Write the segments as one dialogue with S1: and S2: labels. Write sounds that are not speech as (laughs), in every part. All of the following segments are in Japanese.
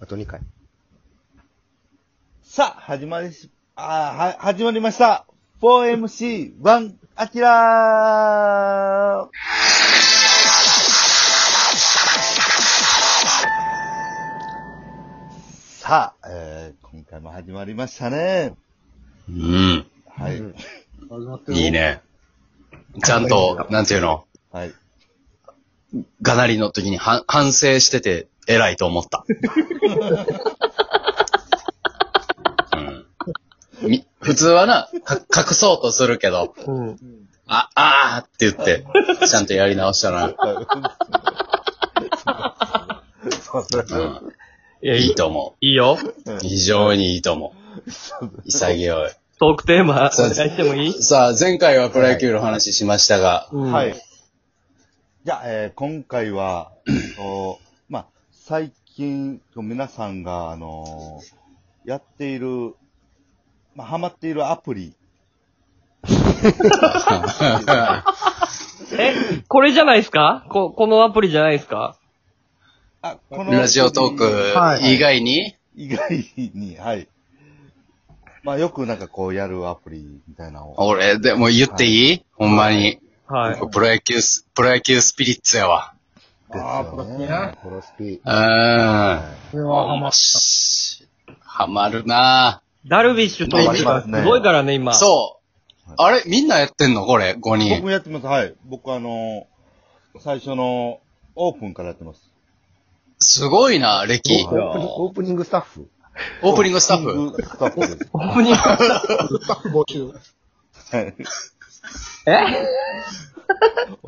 S1: あと2回。
S2: さあ、始まりし、あーは、始まりました 4MC1 アキラーさあ、えー、今回も始まりましたね。
S3: うん。
S2: はい。
S1: うん
S4: 始まってる。
S3: いい。ね。ちゃんと、なんていうの、
S2: はい。
S3: がなりの時には反省してて偉いと
S2: (laughs)
S3: 思った。うん、み普通はな、か隠そうとするけど、
S1: うん。
S3: あ、あーって言って、ちゃんとやり直したな。
S2: (laughs) そうそう
S3: う
S2: そう。
S3: ん、いや、いいと思う。いいよ。非常にいいと思う。潔い。
S5: トークテーマ、お願い
S3: そうです
S5: してもいい
S3: さあ、前回はプロ野球の話しましたが、
S2: は。
S5: うん
S2: い。じゃあ、えー今回は、おまあ、最近、皆さんが、あのーやっている、まあ、ハマっているアプリ。
S5: え、これじゃないですかこ、このアプリじゃないですか
S2: あ、こ
S3: ラジオトー
S4: は
S3: ク以外に、
S2: 以外に、はい。まあ、よくなんかこうやるアプリみたいなのを。
S3: 俺、でも言っていいほんまに。
S5: はい。
S3: プロ野球ス、プロ野球スピリッツやわ。
S2: です
S4: あープ
S2: よ
S4: ロスピ
S2: ね
S4: ね。
S1: プロスピ。
S3: うーん。
S4: これはハマ
S3: ま
S4: っ
S3: ハマるな
S5: ダルビッシュと
S2: ありま
S5: か、
S2: すね
S5: すごいからね、今。
S3: そう。あれみんなやってんのこれ、5
S2: 僕
S3: 人。
S2: もやってます。はい。僕あのー最初のオープンからやってます。
S3: すごいな、歴。
S1: オープニングオープニングスタッフ
S3: オープニングスタッフ。
S2: スタッフです。
S5: オープニング。
S4: た募集。
S2: はい
S5: え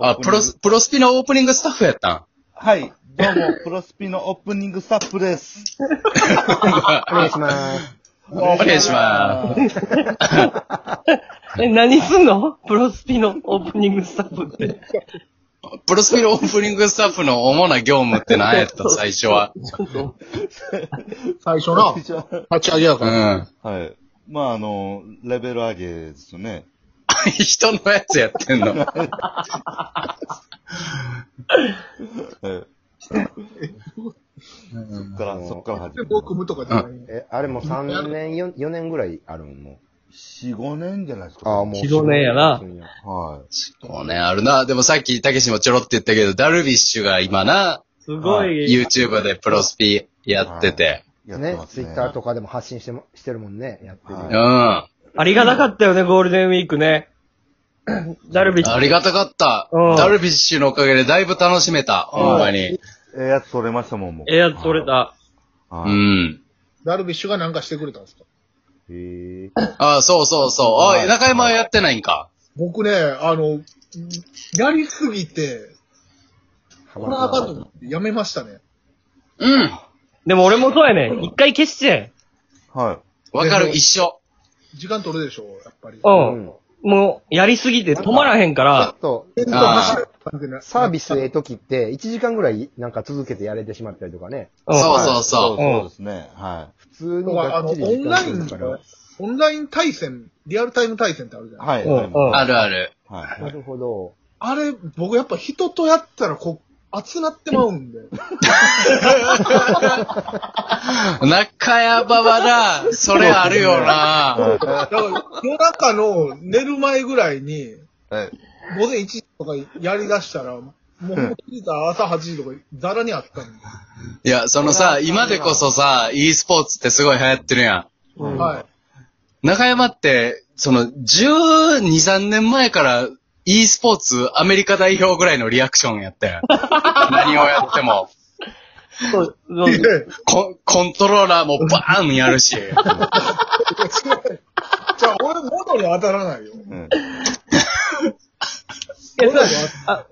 S3: あ、プロス、プロスピのオープニングスタッフやったん。
S2: はい。どうも、プロスピのオープニングスタッフです。
S1: お願いします。
S3: お願いします。
S5: (laughs) え、何すんのプロスピのオープニングスタッフって。
S3: プロスピのオープニングスタッフの主な業務って何やった最初は。
S4: 最初の立ち上げや
S3: う
S4: から。
S3: ん。 (laughs)
S2: はい。まあ、あの、レベル上げですね。
S3: 人のやつやってんの。
S2: はい。そっから、そっから始め
S4: こ
S2: ま
S4: う
S2: す。
S4: 組むとかじゃない。
S1: え、あれもう3年、4, 四年ぐらいあるんも
S2: 4、5年じゃないです
S1: う。
S2: か。
S1: ああ、もう。
S5: 四五年やな
S1: 普通に
S2: は
S3: もうね、あるな。でもさっき、たけしもちょろって言ったけど、ダルビッシュが今な、
S5: すごい。
S3: YouTube でプロスピやってて。
S2: い。やって
S1: ね
S2: ま、す
S1: ツイ
S2: ね。
S1: ッターとかでも発信しても、してるもんね。やってる。
S2: は
S3: うん。あ
S5: ありがたかったよね、ゴールデンウィークね。ダルビッシュ。
S3: りがたかった
S5: うん。
S3: ダルビッシュのおかげでだいぶ楽しめた。ほんまに。
S2: ええやつ取れましたもん、もう。
S5: え、やつ取れた。
S2: は
S3: う
S2: い。
S3: ん。
S4: ダルビッシュがなんかしてくれたんですか
S2: へえ。
S3: ああ、そうそうそう。
S2: は
S3: あ
S2: い
S3: 中山はやってないんか。
S4: 僕ね、あの、やりすぎて、
S1: ハ
S4: これあかん
S1: マ
S4: と思ってやめましたね。
S3: うん。
S5: でも俺もそうやね。一回消して。
S2: は
S3: わかる、一緒。
S4: 時間取るでしょ、やっぱり。
S5: う
S1: るうん
S5: ん。。もう、やりすぎて止まらへんか
S1: ちょ
S5: ら
S1: っ。と、
S3: あ
S1: サービスええ時って、1時間ぐらいなんか続けてやれてしまったりとかね。
S5: ん
S3: そ
S2: い。そ
S3: うそう
S2: う
S3: そう。
S2: そうですね。は
S1: 普通に
S4: あ
S1: がっ
S4: の、オ
S1: ちり時
S4: ンラ
S1: 間
S4: イ
S1: 取
S4: ン
S1: るから。、
S4: オンライン対戦、リアルタイム対戦ってあるじゃない
S2: い。はい。
S5: うん
S2: はい
S5: うん
S3: あるある。
S2: は
S1: な
S2: い。はい
S1: るほど。
S4: あれ、僕やっぱ人とやったら、こう、集まってま
S1: (laughs)
S4: うんで。
S3: 中山はな、それあるよな。
S4: だから、夜中の寝る前ぐらいに、
S2: はい。
S4: 午前1時とかやり出したら、もうほんと気づいたら朝8時とかざらにあったんで。
S3: いや、そのさ、今でこそさ、e スポーツってすごい流行ってるやん。
S1: うん
S4: はい。
S3: 中山って、その、12、3年前から、e スポーツアメリカ代表ぐらいのリアクションやった
S5: (laughs)
S3: よ。何をやっても。
S5: そうそう
S4: で
S3: コンコントローラーもバーンやるし。
S4: じゃあ俺元に当たらないよ。
S2: うん
S5: いやそうあ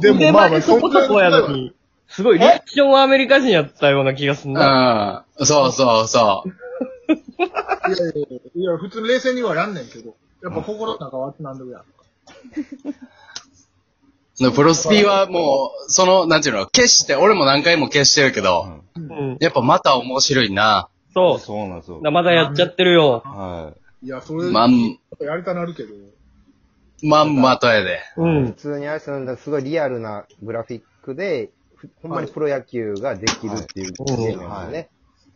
S4: でも
S5: 腕
S4: まあま
S5: 前
S4: あ
S5: そこそこやのに、すごいリアクションはアメリカ人やったような気がすんな。
S3: うん。そうそうそう。
S4: いやいやいや、いや普通に冷静にはやんねんけど。やっぱ心の中はなんでもや。
S3: でプロスピはもう、その、なんていうの、消して、俺も何回も消してるけど、
S5: うん。
S3: やっぱまた面白いな。
S5: そう。
S2: そうなんですよ
S5: だ。まだやっちゃってるよ。
S2: はい
S4: や、それ、
S3: まん、
S4: やりたなるけど。
S3: まんまとやで。
S5: う
S1: 普
S5: ん。
S1: 通にあれするんだ、すごいリアルなグラフィックで、ふほんまにプロ野球ができるっていうゲームなんですね。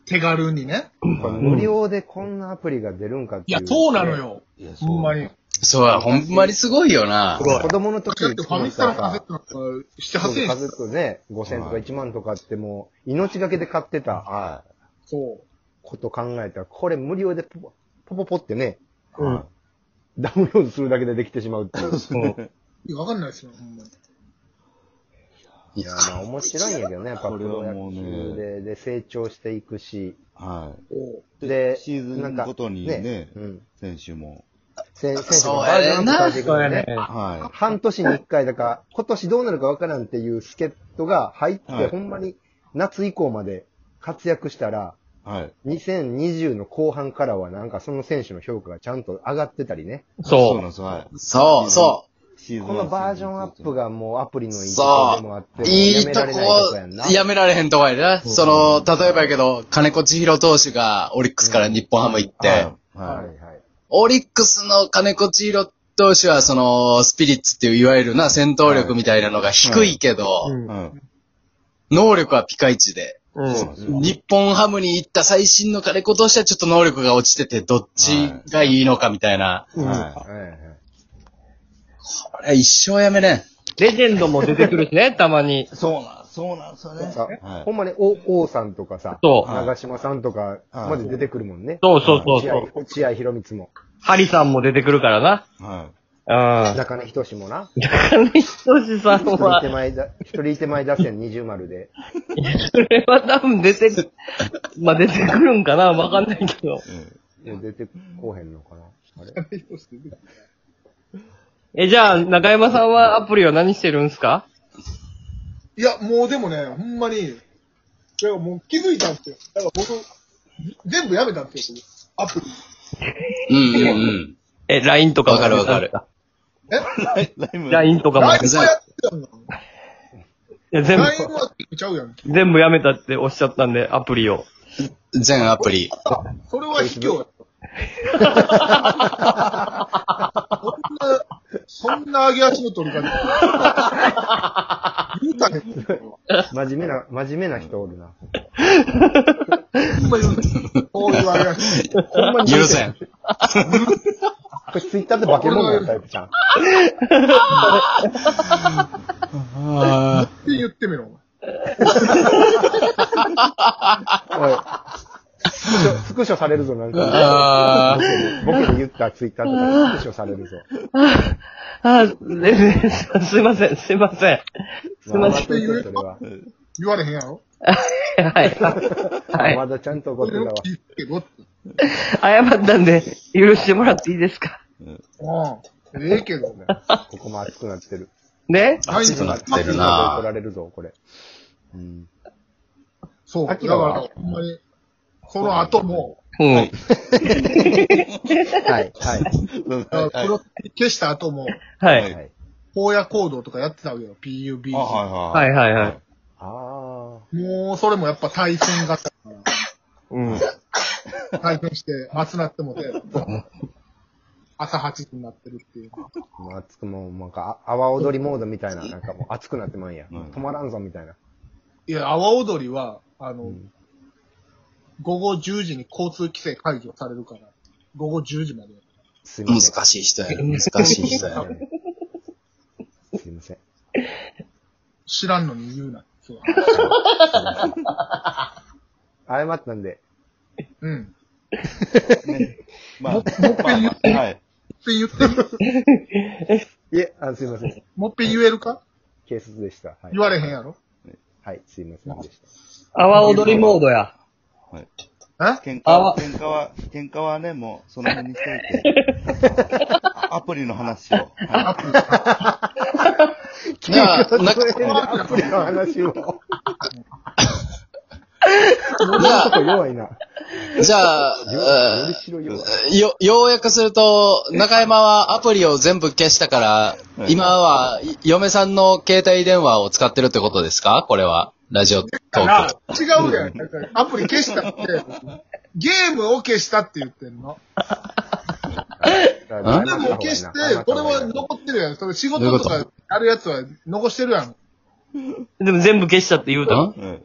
S4: 手軽にね。
S1: これ無料でこんなアプリが出るんかって
S4: い
S1: いう。
S4: や、そうなの。よ。
S2: いや、
S4: ほんまに。だ
S3: そうや、ほんまにすごいよな。
S1: 子供の時
S4: ってファミスタのカセットなんか7、
S1: そう
S4: 8円
S1: 家族ね、5000とか1万とかってもう、命がけで買ってた
S2: は
S4: そ
S1: こと考えたら、これ無料でポポポポポってね、
S2: い。
S5: うん
S1: ダウンロードするだけでできてしまうっていう。
S4: う。いや、わかんないですよ、ほんまに。
S1: いや、まあ面白いんやけどね、やっぱ
S2: こ
S1: プ
S2: れは
S1: ロ
S2: もう
S1: 野
S2: ね
S1: 球でで成長していくし、
S2: は
S4: (laughs) お
S2: い。
S1: で
S2: で、シーズンごとにね、
S1: うん。
S2: 選手も。
S1: せ選手の
S3: そう
S1: バージョンアップされていく
S5: そう
S1: の
S5: や
S1: ね
S5: ね。。
S2: は
S1: 半年に一回だから、今年どうなるかわからんっていう助っ人が入って、
S2: はい
S1: ほんまに夏以降まで活躍したら、
S2: い。はい。
S1: 2020の後半からはなんかその選手の評価がちゃんと上がってたりね。
S2: そう
S5: そ
S2: なんです、は
S3: そう、そ
S2: い。シーズン
S1: このバージョンアップ。がもうアプリのいいとこでもあって、
S3: う。いい
S1: やめ
S3: と
S1: られないとこやんな
S3: こ、。やめられへんとこやでな。その、例えばやけど、金子千尋投手がオリックスから日本ハム行って、
S2: はい。
S1: はい
S2: は
S1: はい。
S3: オリックスの金子千尋投手は、その、スピリッツっていう、いわゆるな、戦闘力みたいなのが低いけど、
S2: い。
S5: う。うん。
S2: うん。
S3: 能力はピカイチで、
S5: うん
S2: そうなんですよ。
S3: 日本ハムに行った最新の金子投手はちょっと能力が落ちてて、どっちがいいのかみたいな。
S2: は
S1: はいはい
S3: これ一生やめれん。
S5: レジェンドも出てくるしね、 (laughs) たまに。
S2: い。そうなん、そうなんですよね。
S1: さ
S2: はい
S1: ほんまね、お王さんとかさ、
S5: そう。
S1: 長島さんとかまで出てくるもんね。
S5: そうそうそうそ
S1: 落
S5: う。
S1: 合落合博光も、
S5: ハリさんも出てくるからな。
S2: は
S5: うん。
S1: 中根仁もな、
S5: 金仁志さん
S1: 一人手
S5: は、
S1: 前だ、一人手前打線二重丸で、
S5: それは多分出てく、まあ出てくるんかなわかんないけど。
S2: い。うん
S1: 出てこうへんのかな。あれ
S5: え、じゃあ、中山さんはアプリは何してるんすか
S4: いや、もうでもね、ほんまに、だからもう気づいたんですよ。だから僕、全部やめたんですよ、アプリ。
S3: うんうんうん。
S5: え、LINE とかも
S3: わかるわかる
S4: え
S2: ライライブ。
S5: LINE とかも。い
S4: ?LINE もやってたんだ。
S5: や、全
S4: LINE
S5: 部
S4: も、やってちゃうやん。
S5: 全部やめたっておっしゃったんで、アプリを。
S3: 全アプリ。
S4: それは卑怯やった。そんな、そんな上げ足の取
S3: (laughs)
S4: り方。言うたね。
S1: 真面目な、真面目な人おるな。
S4: ほんま言うねこういう上げ足。
S1: ほんまに
S3: 許せん。
S1: これツイッターで化け物やタイプじゃん。
S4: って言ってみろ、お前
S1: おい。スクショ、スクショされるぞ、なんか。
S3: あー
S1: ボケで言ったツイッターとかでスクショされるぞ。
S5: あ、ねねすいません、すいません。すいません。
S1: まだちょっとそれは。
S4: 言われへんやろ。
S5: はい。は
S1: まだちゃんと怒っ
S4: そ
S1: て
S4: れ
S1: た
S4: を
S1: わ。
S4: 聞くけどって。
S5: い。謝ったんで、許してもらっていいですか
S4: うん。ええけどね。
S1: ここも熱くなってる。
S5: ね
S3: 熱くなってる
S1: 怒
S3: な
S1: られるぞ、これ。うん。
S4: そう。だか
S1: 明は
S4: ら、ほんまに、その後も、
S5: うん。
S1: はい、はい、
S2: うん
S4: だから
S2: はい
S4: プロ消した後も、
S5: は
S2: はい
S5: い。
S1: はい。
S4: 荒野行動とかやってたわけよ。PUBG。
S2: あは
S5: はいい
S2: はい。
S5: はいはい。
S1: あ
S4: もう、それもやっぱ対戦型 (laughs) だか
S5: うん。
S4: ら、対戦して、熱なってもて、朝8時になってるっていう。
S1: あ。もう熱くもう、なんか、あ泡踊りモードみたいな、なんかもう熱くなってまうんや。
S2: うん
S1: 止まらんぞ、みたいな。
S4: いや、阿波踊りは、あの、
S1: ん
S4: 午後10時に交通規制解除されるから、午後10時まで。
S1: すいま
S3: 難
S1: せ
S3: しい人や。難しい人 (laughs) や。
S1: ん。すいません。
S4: 知らんのに言うな。そう
S1: 謝ったんで、
S4: うん。
S2: まあ、もっぺんはい。
S4: って言ってる。
S1: いえ、あすいません。
S4: もっぺん言えるか
S1: 警察でした。はい
S4: 言。われへんやろ
S1: はい、すいませんでし
S5: 阿波踊りモードや。
S4: え
S2: 喧嘩
S5: あわ
S2: は、喧嘩は、喧嘩はね、もう、その辺にしといて。あアプリの話を。は
S1: た。
S3: いやな
S1: それでアプリの話を。
S3: じゃ
S1: ちょっと弱いな。
S3: (laughs) あ、じゃ
S1: よ
S3: あ
S1: り、しろ弱い。
S3: うんよ、ようやくすると、中山はアプリを全部消したから、
S2: はい
S3: 今は、い嫁さんの携帯電話を使ってるってことですかこれは。ラジオトーク。
S4: 違うやん。だからアプリ消したって、ゲームを消したって言ってんの。
S1: で
S4: でも消して、これは残ってるやん。それ仕事と
S3: どういう
S4: かあるやつは残してるやん。
S5: でも全部消したって言うたの
S3: ん
S2: いうん
S4: え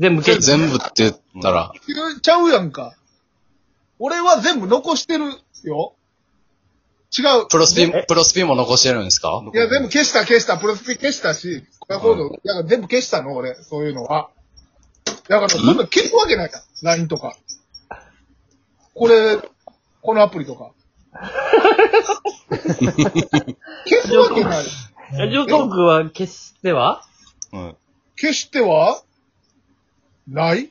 S5: 全部消す。
S3: 全部って言ったら、
S4: ちゃうやんか。俺は全部残してるよ。違う。
S3: プロスピ、プロスピも残してるんですか
S4: いや、全部消した、消した、プロスピ消したし、コラボード、だから全部消したの、俺、そういうのは。だから、そんな消すわけないから、LINE とか。これ、このアプリとか。消すわけない。
S5: ラジオトークは消しては
S2: うん。
S4: 消してはない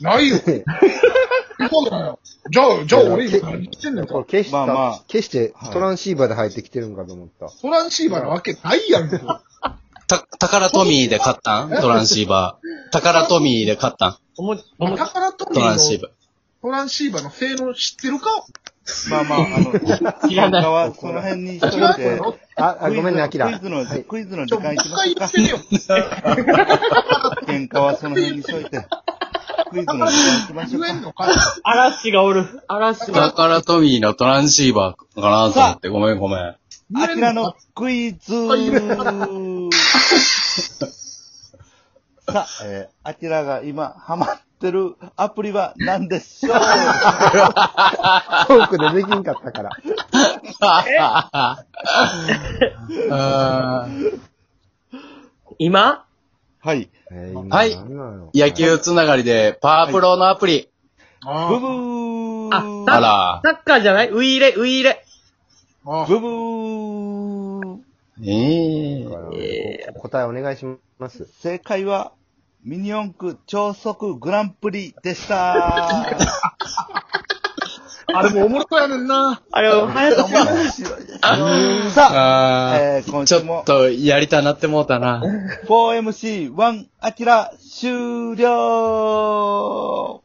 S4: ないよ。消すわけないよ。じゃあ、じゃあ俺今何してんねん
S1: こ
S4: か。
S1: れ消した、
S2: まあまあ
S1: 消して
S2: はい
S1: トランシーバーで入ってきてるんかと思った。
S4: トランシーバーなわけないやんけ。
S3: た、宝トミーで買ったんトランシーバー。宝トミーで買ったん
S5: おも、おも、
S4: 宝トミ
S3: ト
S4: ー
S3: ランシー
S4: の
S3: バー。
S4: トランシーバーの性能知ってるか
S2: まあまあ、あの、
S5: 知らない
S2: 他はその辺にしとい
S4: 知らん
S2: て。
S4: の
S1: あ、あごめんね、アキラ。
S2: クイズの、
S1: はい
S2: クイズの
S4: ち
S2: 時
S4: ょ、も
S2: 間い
S4: う
S2: き
S4: 一
S2: ます
S4: 回言
S2: か
S4: ってみよう。
S2: 喧嘩はその辺にしといて。クイズの時間いきましょう
S4: 言えん
S2: か。
S4: のか
S5: 嵐がおる。嵐が。
S3: 宝トミーのトランシーバーかなと思って、ごめんごめん。
S2: あ
S4: 言え
S2: き
S4: ん
S2: ら
S4: の
S2: の
S4: か
S2: クイズさあ、えー、あきらが今ハマってるアプリは何でしょう
S1: トークでできんかったから。
S3: (laughs) あー
S5: 今
S2: はい。
S1: えー今
S3: はい
S1: 何なの
S3: 野球つながりで、パワープロのアプリ。
S4: あ
S2: ブブ
S4: ー
S5: あ、サ
S2: ー
S5: ッ
S3: あら
S5: サッカーじゃないウイイレ、ウイイレ。
S4: あー
S2: ブブー
S3: ええ
S1: だから
S5: え
S1: こ答えお願いします。
S2: 正解は、ミニ四駆超速グランプリでした。
S4: あれもおもろそうやねんな。
S5: (laughs) あれ、早
S2: 面
S5: く。
S2: 白いですよさあ、
S3: あ
S2: えー今
S3: ーち
S2: 週
S3: ょ
S2: も
S3: っとやりたなってもうたな。
S2: 4MC1 アキラ終了